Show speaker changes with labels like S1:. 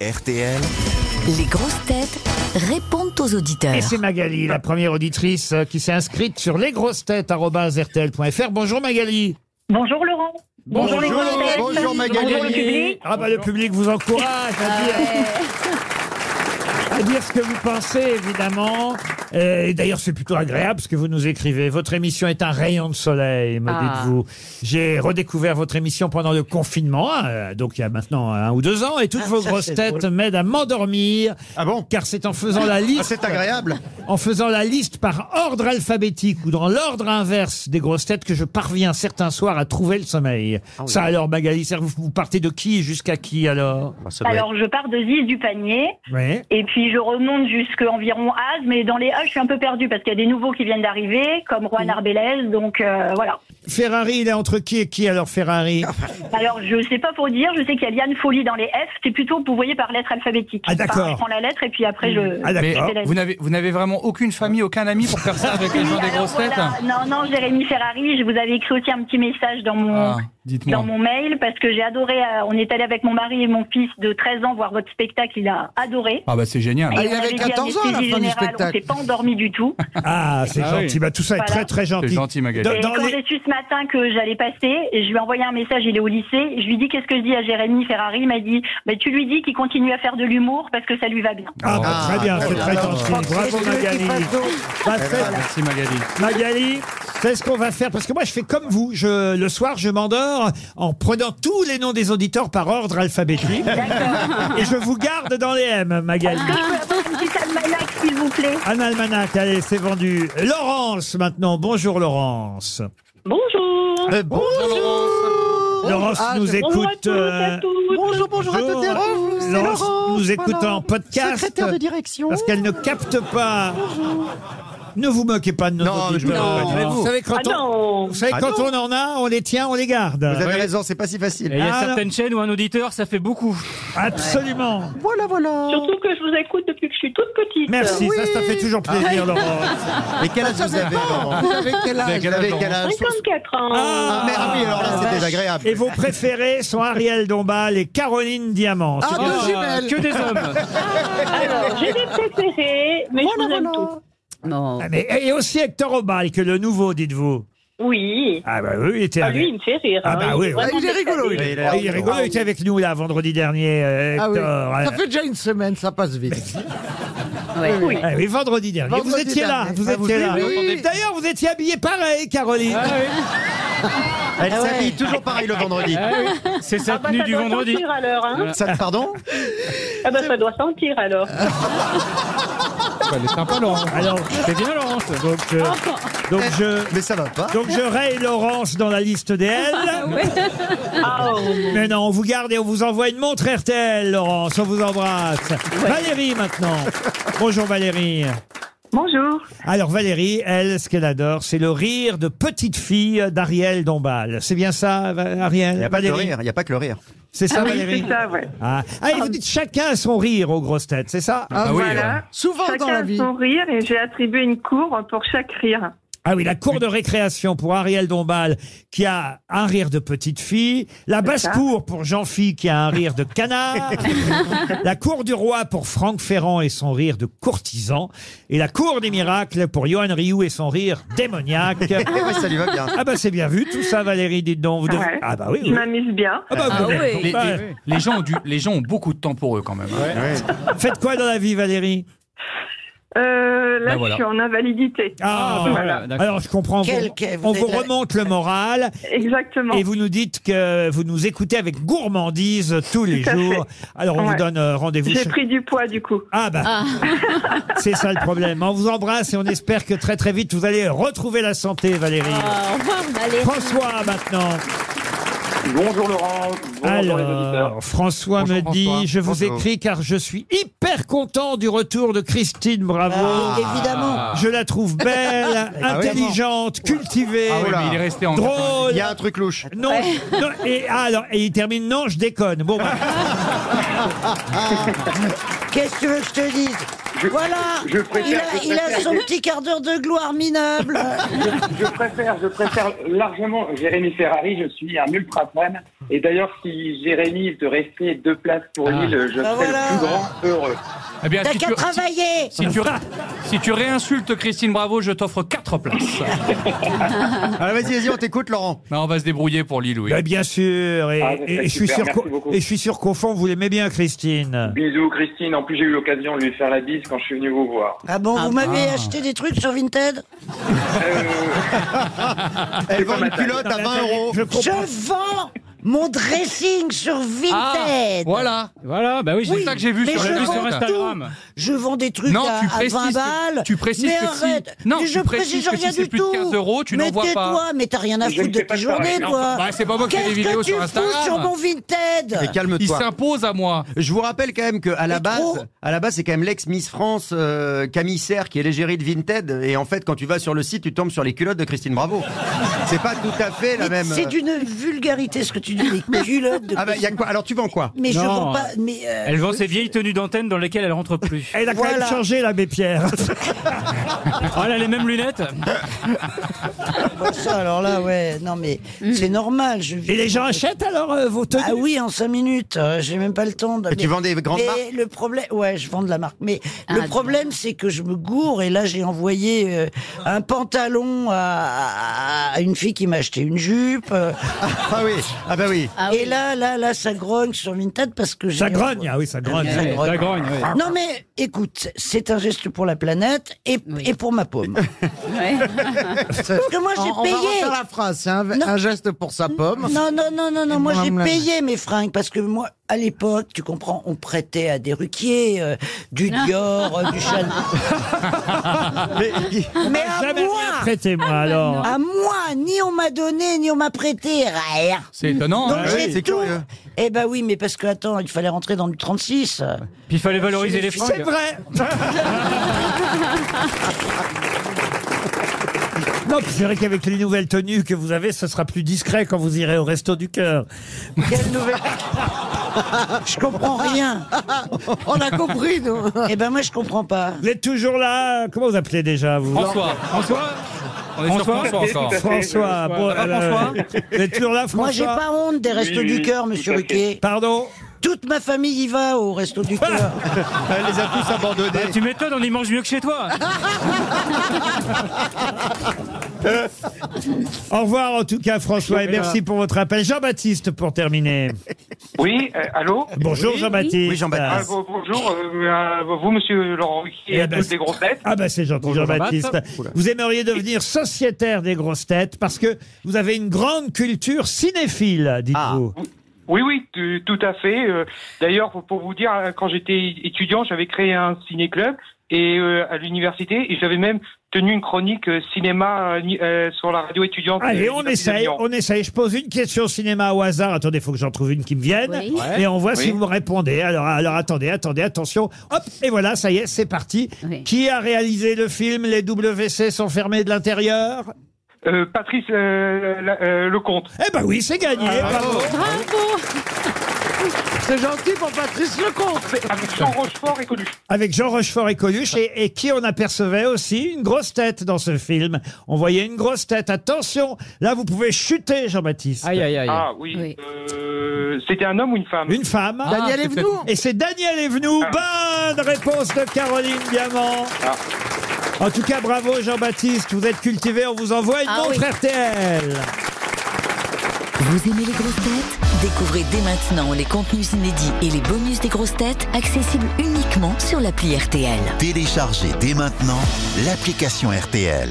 S1: RTL.
S2: Les grosses têtes répondent aux auditeurs.
S3: Et c'est Magali, la première auditrice euh, qui s'est inscrite sur lesgrossetêtes.rtl.fr. Bonjour Magali.
S4: Bonjour Laurent. Bonjour, les grosses têtes.
S5: bonjour, Magali.
S4: Bonjour le public.
S3: Ah bah le public vous encourage à dire, à dire ce que vous pensez évidemment. Euh, Et d'ailleurs c'est plutôt agréable ce que vous nous écrivez. Votre émission est un rayon de soleil, me
S6: Ah.
S3: dites-vous. J'ai redécouvert votre émission pendant le confinement, euh, donc il y a maintenant un ou deux ans, et toutes vos
S5: Ah, ça,
S3: grosses
S5: c'est
S3: têtes m'aident à m'endormir,
S5: Ah bon
S3: car c'est en faisant la
S5: Ah,
S3: liste
S5: C'est agréable.
S3: en faisant la liste par ordre alphabétique ou dans l'ordre inverse des grosses têtes que je parviens certains soirs à trouver le sommeil.
S7: Ah
S3: Ça alors, Magali, ça, vous, vous partez de qui jusqu'à qui alors
S4: Alors je pars de Ziz du panier
S3: Oui.
S4: et puis je remonte jusqu'à environ Az, mais dans les A je suis un peu perdue parce qu'il y a des nouveaux qui viennent d'arriver, comme Juan Arbelez, donc euh, voilà.
S3: Ferrari, il est entre qui et qui alors,
S7: Ah,
S3: Ferrari
S4: Alors je sais pas pour dire, je sais qu'il y a Liane Folie dans les F, c'est plutôt, vous voyez, par lettre alphabétique.
S3: Ah, d'accord.
S4: Enfin, je prends la lettre et puis après je...
S3: Ah
S7: Mais
S3: d'accord.
S4: c'est la-
S7: vous n'avez vous n'avez vraiment aucune famille, aucun ami pour faire ça avec les gens des
S4: Alors,
S7: grosses
S5: hein.
S7: têtes
S4: voilà. Non, non, Jérémy Ferrari, je vous avais écrit aussi un petit message dans mon...
S7: Ah,
S4: dans
S7: Dites-moi.
S4: mon mail parce que j'ai adoré. euh, on est allé avec mon mari et mon fils de 13 ans voir votre spectacle. Il a adoré.
S7: Ah bah c'est génial.
S5: Ah, il
S4: Et on
S5: avait
S4: dit
S5: 14 ans à la
S4: anesthésie
S5: fin du
S4: générale,
S5: spectacle.
S4: On s'est pas endormi du tout.
S3: Ah, c'est
S7: Ah oui.
S3: gentil. Bah, tout ça est
S4: Voilà.
S3: très très
S7: C'est
S3: gentil.
S7: gentil Magali.
S3: Dans-
S4: Et
S3: dans
S4: quand
S3: les-
S4: j'ai su ce matin que j'allais passer, et je lui ai envoyé un message. Il est au lycée. Je lui dis qu'est-ce que je dis à Jérémy Ferrari. Il m'a dit, bah, tu lui dis qu'il continue à faire de l'humour parce que ça lui va bien.
S3: Ah, bah, très bien,
S5: Ah,
S3: c'est très
S5: bravo.
S3: gentil. Bravo Magali. Bah, c'est-
S7: Merci Magali.
S3: Magali, c'est ce qu'on va faire parce que moi je fais comme vous. Je, le soir, je m'endors en prenant tous les noms des auditeurs par ordre alphabétique et je vous garde dans les M, Magali.
S4: Est-ce que je peux avoir une petite almanach, s'il vous plaît
S3: Un almanach, allez, c'est vendu. Laurence, maintenant. Bonjour, Laurence.
S8: Bonjour.
S3: Euh, bonjour. Laurence
S5: Ah,
S3: nous
S5: c'est-
S8: Bonjour à
S3: écoute.
S8: tous,
S3: euh,
S8: à toutes.
S5: Bonjour, bonjour à toutes et à tous. c'est
S3: Laurence
S5: Laurence,
S3: nous écoute
S5: voilà.
S3: en podcast.
S5: Secrétaire de direction.
S3: Parce qu'elle ne capte pas. Ne vous moquez pas de nos
S5: Non, je me
S3: auditeurs.
S5: moque pas de vous.
S3: Vous savez, quand,
S8: Ah
S3: on,
S8: non.
S3: vous savez,
S5: Ah
S3: quand
S5: non.
S3: on en a, on les tient, on les garde.
S5: Vous avez raison, c'est pas si facile.
S9: Et il y a
S3: Ah, non.
S9: certaines chaînes où un auditeur, ça fait beaucoup.
S3: Absolument.
S5: Voilà, voilà.
S8: Surtout que je vous écoute depuis que je suis toute petite.
S3: Merci, Ah, ça, ça fait toujours plaisir, Laurence.
S5: Mais quel âge vous avez, Laurent Vous avez quel âge Vous avez quel âge
S8: 54 ans.
S5: Ah, mais- ah oui, alors là, c'est désagréable.
S3: Et vos préférés sont Ariel Dombal et Caroline Diamant.
S5: Ah,
S3: C'est-
S5: deux
S9: Ah,
S5: jumelles.
S9: que des hommes.
S8: Alors, j'ai des préférés, mais je
S5: Voilà,
S8: vous aime
S5: voilà.
S8: tous.
S3: Ah, mais- et aussi Hector Obal, que le nouveau, dites-vous.
S8: Oui.
S3: Ah bah oui, il était
S8: Ah,
S3: avec-
S8: lui, il me fait rire.
S3: Ah
S8: hein.
S3: bah oui,
S8: est
S3: oui.
S8: vraiment
S5: Il est rigolo,
S8: décalé.
S5: il est-
S3: Ah, il est rigolo, il était avec nous là vendredi dernier, euh,
S5: Ah oui.
S3: Hector. Ah,
S5: Ça fait déjà une semaine, ça passe vite.
S8: Oui.
S3: ah oui, vendredi dernier. vous
S5: Vendredi
S3: étiez là,
S5: dernier.
S3: vous
S5: Ah,
S3: étiez
S5: vous
S3: là.
S5: avez- oui. Ah,
S3: D'ailleurs, vous étiez habillé pareil, Caroline.
S5: Elle s'habille toujours pareil le vendredi.
S9: C'est
S8: Ah
S9: sa
S8: bah,
S9: tenue
S8: ça
S9: du
S8: doit
S9: vendredi.
S8: sentir alors, hein.
S5: Ça, pardon
S8: Ah bah, ça doit sentir alors.
S7: Elle est sympa Laurent.
S3: Alors,
S9: C'est bien Laurence.
S3: donc, euh, donc je.
S5: Mais ça va pas.
S3: Donc je raye Laurence dans la liste des L.
S8: Ah, oh.
S3: Mais non, on vous garde et on vous envoie une montre RTL, Laurence. On vous embrasse. Valérie maintenant. Bonjour Valérie.
S4: Bonjour.
S3: Alors Valérie, elle, ce qu'elle adore, c'est le rire de petite fille d'Ariel Dombal. C'est bien ça, Va- Ariel
S5: Il n'y a pas que le rire, il n'y a pas que le rire.
S3: C'est ça,
S8: Oui,
S3: Valérie
S8: c'est ça, ouais.
S3: Ah, Ah, et vous dites chacun a son rire aux grosses têtes, c'est ça
S5: Ah,
S7: oui, euh,
S8: voilà.
S5: Souvent dans
S8: Chacun
S5: la
S8: a
S5: vie.
S8: son rire et j'ai attribué une cour pour chaque rire.
S3: Ah oui, la cour de récréation pour Ariel Dombal, qui a un rire de petite fille. La basse-cour pour Jean-Phi, qui a un rire de canard. la cour du roi pour Franck Ferrand et son rire de courtisan. Et la cour des miracles pour Johan Rioux et son rire démoniaque.
S5: Eh ouais, ça lui va bien.
S3: ah bah c'est bien vu tout ça, Valérie, dites donc. Vous devez-
S8: Ouais.
S3: Ah bah oui,
S8: Je
S3: oui.
S8: m'amuse bien.
S3: Ah bah, vous devez-
S7: Les,
S3: Bah,
S7: les- les gens ont du- les gens ont beaucoup de temps pour eux quand même. hein.
S3: Faites quoi dans la vie, Valérie
S8: Euh, là,
S7: Bah, voilà.
S8: je suis en invalidité.
S3: Ah,
S8: voilà.
S9: d'accord.
S3: Alors je comprends.
S6: Quel-
S3: vous-
S6: quel- vous
S3: on vous
S6: êtes-
S3: remonte le moral.
S8: Exactement.
S3: Et vous nous dites que vous nous écoutez avec gourmandise tous les
S8: Tout à
S3: jours. Alors on
S8: Ouais.
S3: vous donne euh, rendez-vous.
S8: J'ai
S3: chez-
S8: pris du poids, du coup.
S3: Ah bah, c'est ça le problème. On vous embrasse et on espère que très très vite vous allez retrouver la santé, Valérie.
S6: Au revoir, Valérie.
S3: François maintenant.
S10: Bonjour Laurent, bonjour les auditeurs.
S3: Alors, François
S7: Bonjour,
S3: me dit,
S7: François.
S3: je vous
S5: Bonjour.
S3: écris car je suis hyper content du retour de Christine Bravo.
S6: Évidemment.
S3: Je la trouve belle,
S5: oui.
S3: intelligente, cultivée,
S7: Ah ouais,
S5: Oula.
S7: mais il est resté en
S3: drôle.
S5: Il y a un truc louche.
S3: Non, non, et, ah, alors, et il termine, non, je déconne. Bon, bah,
S6: Qu'est-ce que tu veux que je te dise Voilà.
S10: Je préfère,
S6: Il a,
S10: je,
S6: il a
S10: préfère,
S6: son petit quart d'heure de gloire minable.
S10: je préfère, je préfère largement Jérémy Ferrari, je suis un ultra fan Et d'ailleurs, si Jérémy veut rester deux places pour Lille, je serai
S6: voilà.
S10: le plus grand heureux.
S7: Eh bien,
S6: T'as
S7: si
S6: qu'à
S7: tu-
S6: travailler
S7: Si tu, si tu réinsultes Christine Bravo, je t'offre 4 places.
S5: Alors Ah, vas-y, vas-y, on t'écoute, Laurent.
S7: Non, on va se débrouiller pour Lille, oui.
S3: Bah, bien sûr. Et,
S10: Ah, ça serait
S3: et- et je suis
S10: super,
S3: sûr
S10: merci
S3: qu'au-
S10: beaucoup.
S3: et je suis sûr qu'au fond, vous l'aimez bien, Christine.
S10: Bisous, Christine. En plus, j'ai eu l'occasion de lui faire la bise quand je suis venu vous voir.
S6: Ah bon, vous m'avez acheté des trucs sur Vinted
S10: Euh,
S5: Elle
S10: pas
S5: vend
S10: ma
S5: une
S10: taille.
S5: culotte à 20
S3: Nathalie,
S5: euros.
S3: Je
S7: Oh.
S3: comprends.
S6: Je vends mon dressing sur Vinted
S7: Ah, Voilà.
S9: Voilà, bah oui, j'ai
S7: C'est ça que j'ai vu
S6: mais
S7: sur,
S6: je
S7: j'ai vu
S6: vends
S7: sur Insta.
S9: Instagram.
S6: tout. Je vends des trucs
S7: Non,
S6: à,
S7: tu
S6: à
S7: précises
S6: 20
S7: que-
S6: balles.
S7: tu précises
S6: mais
S7: que si-
S6: arrête.
S7: non,
S6: Mais
S7: tu
S6: je
S7: précises
S6: précise
S7: que
S6: rien
S7: si
S6: du
S7: c'est plus de
S6: tout.
S7: 15 euros, tu n'en
S6: mais
S7: vois pas.
S6: tais-toi, mais t'as rien à
S10: Je
S6: foutre
S10: ne fais
S6: de
S10: pas
S6: tes
S10: de pareil,
S6: journées,
S10: non.
S6: toi.
S7: Bah, c'est pas moi qui fais
S6: Qu'est-ce
S7: des vidéos
S6: que tu
S7: sur
S6: fous sur
S7: Instagram.
S6: mon Vinted
S5: Mais
S7: Il
S5: calme-toi.
S7: s'impose à moi.
S5: Je vous rappelle quand même qu'à la
S6: C'est
S5: base,
S6: trop.
S5: à la base, c'est quand même l'ex Miss France euh, Camille Serre qui est l'égérie de Vinted. Et en fait, quand tu vas sur le site, tu tombes sur les culottes de Christine Bravo. C'est pas tout à fait la
S6: Mais
S5: même.
S6: C'est d'une vulgarité ce que tu dis, les culottes de
S5: Ah bah, y a quoi Alors tu vends quoi
S6: Mais je
S9: Non.
S6: vends pas. Mais euh,
S9: Elle vend ses vieilles tenues d'antenne dans lesquelles elle rentre plus.
S3: Elle a quand même
S6: Voilà.
S3: changé, l'abbé Pierre.
S9: Oh, elle a les mêmes lunettes.
S6: bon, oh, ça, Mm. alors là, ouais, non, mais c'est normal. Je...
S3: Et les gens achètent alors euh, vos tenues
S6: Ah oui, en 5 minutes. euh, J'ai même pas le temps. De...
S5: Et tu
S6: mais-
S5: vends des grandes
S6: mais
S5: marques
S6: le problème, ouais, je vends de la marque. Mais
S2: Ah,
S6: le
S2: du-
S6: problème, c'est que je me gourre. Et là, j'ai envoyé euh, un pantalon à, à une fille qui m'a acheté une jupe. euh,
S5: Ah oui, ah bah oui.
S2: Ah
S6: et
S2: oui.
S6: là, là, là, ça grogne sur Vinted parce que j'ai.
S3: Ça grogne, ah oui, ça grogne.
S6: Ça
S9: Ouais,
S6: grogne.
S9: la grogne, ouais.
S6: Non mais écoute, c'est un geste pour la planète et,
S2: Oui.
S6: et pour ma paume.
S2: Ouais.
S6: Parce que
S5: Ah,
S6: moi j'ai payé.
S5: la phrase. C'est un,
S6: Non.
S5: geste pour sa pomme.
S6: Non, non, non, non, non. Moi,
S5: moi,
S6: j'ai
S5: me la-
S6: payé mes fringues parce que moi, à l'époque, tu comprends, on prêtait à des ruquiers, euh, du Dior, euh, du Chanel. Mais à
S3: Jamais rien
S6: moi,
S3: prêté, moi, alors.
S6: à moi, ni on m'a donné, ni on m'a prêté rien.
S7: C'est étonnant.
S6: Donc
S7: hein.
S5: oui,
S6: j'ai
S5: c'est
S6: tout.
S5: curieux.
S6: Eh ben oui, mais parce que attends, il fallait rentrer dans le 36.
S9: Puis il fallait valoriser les fringues.
S3: C'est vrai Non, puis c'est vrai qu'avec les nouvelles tenues que vous avez, ce sera plus discret quand vous irez au resto du cœur.
S6: Quelle nouvelle Je comprends rien. on a compris nous. Eh ben moi, je comprends pas.
S3: Vous êtes toujours là Comment vous appelez déjà vous
S7: François. François. On est
S9: François
S7: sur François encore.
S3: François. Bon,
S7: Ça va,
S3: alors, vous êtes toujours là, François
S6: Moi, j'ai pas honte des restos
S10: Oui,
S6: du
S10: oui,
S6: cœur,
S10: tout
S6: monsieur
S10: à fait.
S6: Ruquier.
S3: Pardon
S6: Toute ma famille y va au resto du cœur.
S5: Elle les a tous abandonnés.
S9: Tu m'étonnes, on y mange mieux que chez toi.
S3: Au revoir en tout cas, François, et
S9: Voilà.
S3: merci pour votre appel. Jean-Baptiste pour terminer.
S10: Oui, euh, allô
S3: Bonjour Jean-Baptiste.
S5: Oui, Jean-Baptiste.
S10: Ah, bon- Bonjour, euh, euh, vous, monsieur Laurent
S3: Eh
S10: Ruquier, et
S3: ben,
S10: toutes
S3: c'est-
S10: les grosses têtes.
S3: Ah bah c'est gentil Jean-Baptiste. Vous aimeriez devenir sociétaire des grosses têtes parce que vous avez une grande culture cinéphile, dites-vous.
S10: Oui, oui, tu- tout à fait. Euh, D'ailleurs, pour- pour vous dire, euh, quand j'étais étudiant, j'avais créé un ciné-club et euh, à l'université, et j'avais même tenu une chronique euh, cinéma euh, ni- euh, sur la radio étudiante.
S3: Allez,
S10: Euh,
S3: on
S10: Université de
S3: essaye,
S10: Lyon.
S3: on essaye. Je pose une question cinéma au hasard. Attendez, faut que j'en trouve une qui me vienne.
S2: Oui.
S3: Et on voit si
S10: Oui.
S3: vous me répondez. Alors, alors attendez, attendez, attention. Hop, et voilà, ça y est, c'est parti.
S2: Oui.
S3: Qui a réalisé le film Les WC sont fermés de l'intérieur
S10: Euh, Patrice euh, la- euh, Lecomte.
S3: Eh ben oui, c'est gagné. bravo.
S6: C'est gentil pour Patrice Lecomte.
S10: C'est Avec Jean Rochefort et Coluche.
S3: Avec Jean Rochefort et Coluche, et, et qui on apercevait aussi une grosse tête dans ce film. On voyait une grosse tête. Attention, là vous pouvez chuter, Jean-Baptiste.
S9: aïe, aïe.
S10: Ah oui.
S2: Oui.
S10: Euh, C'était un homme ou une femme
S3: Une femme.
S9: Ah.
S6: Daniel
S7: c'est
S6: Evenou.
S3: Et c'est Daniel Evenou. Bonne réponse de Caroline Diamant.
S10: Ah.
S3: En tout cas, bravo Jean-Baptiste. Vous êtes cultivé. On vous envoie une
S2: Ah
S3: montre RTL.
S2: Vous aimez les grosses têtes Découvrez dès maintenant les contenus inédits et les bonus des grosses têtes accessibles uniquement sur l'appli RTL.
S1: Téléchargez dès maintenant l'application RTL.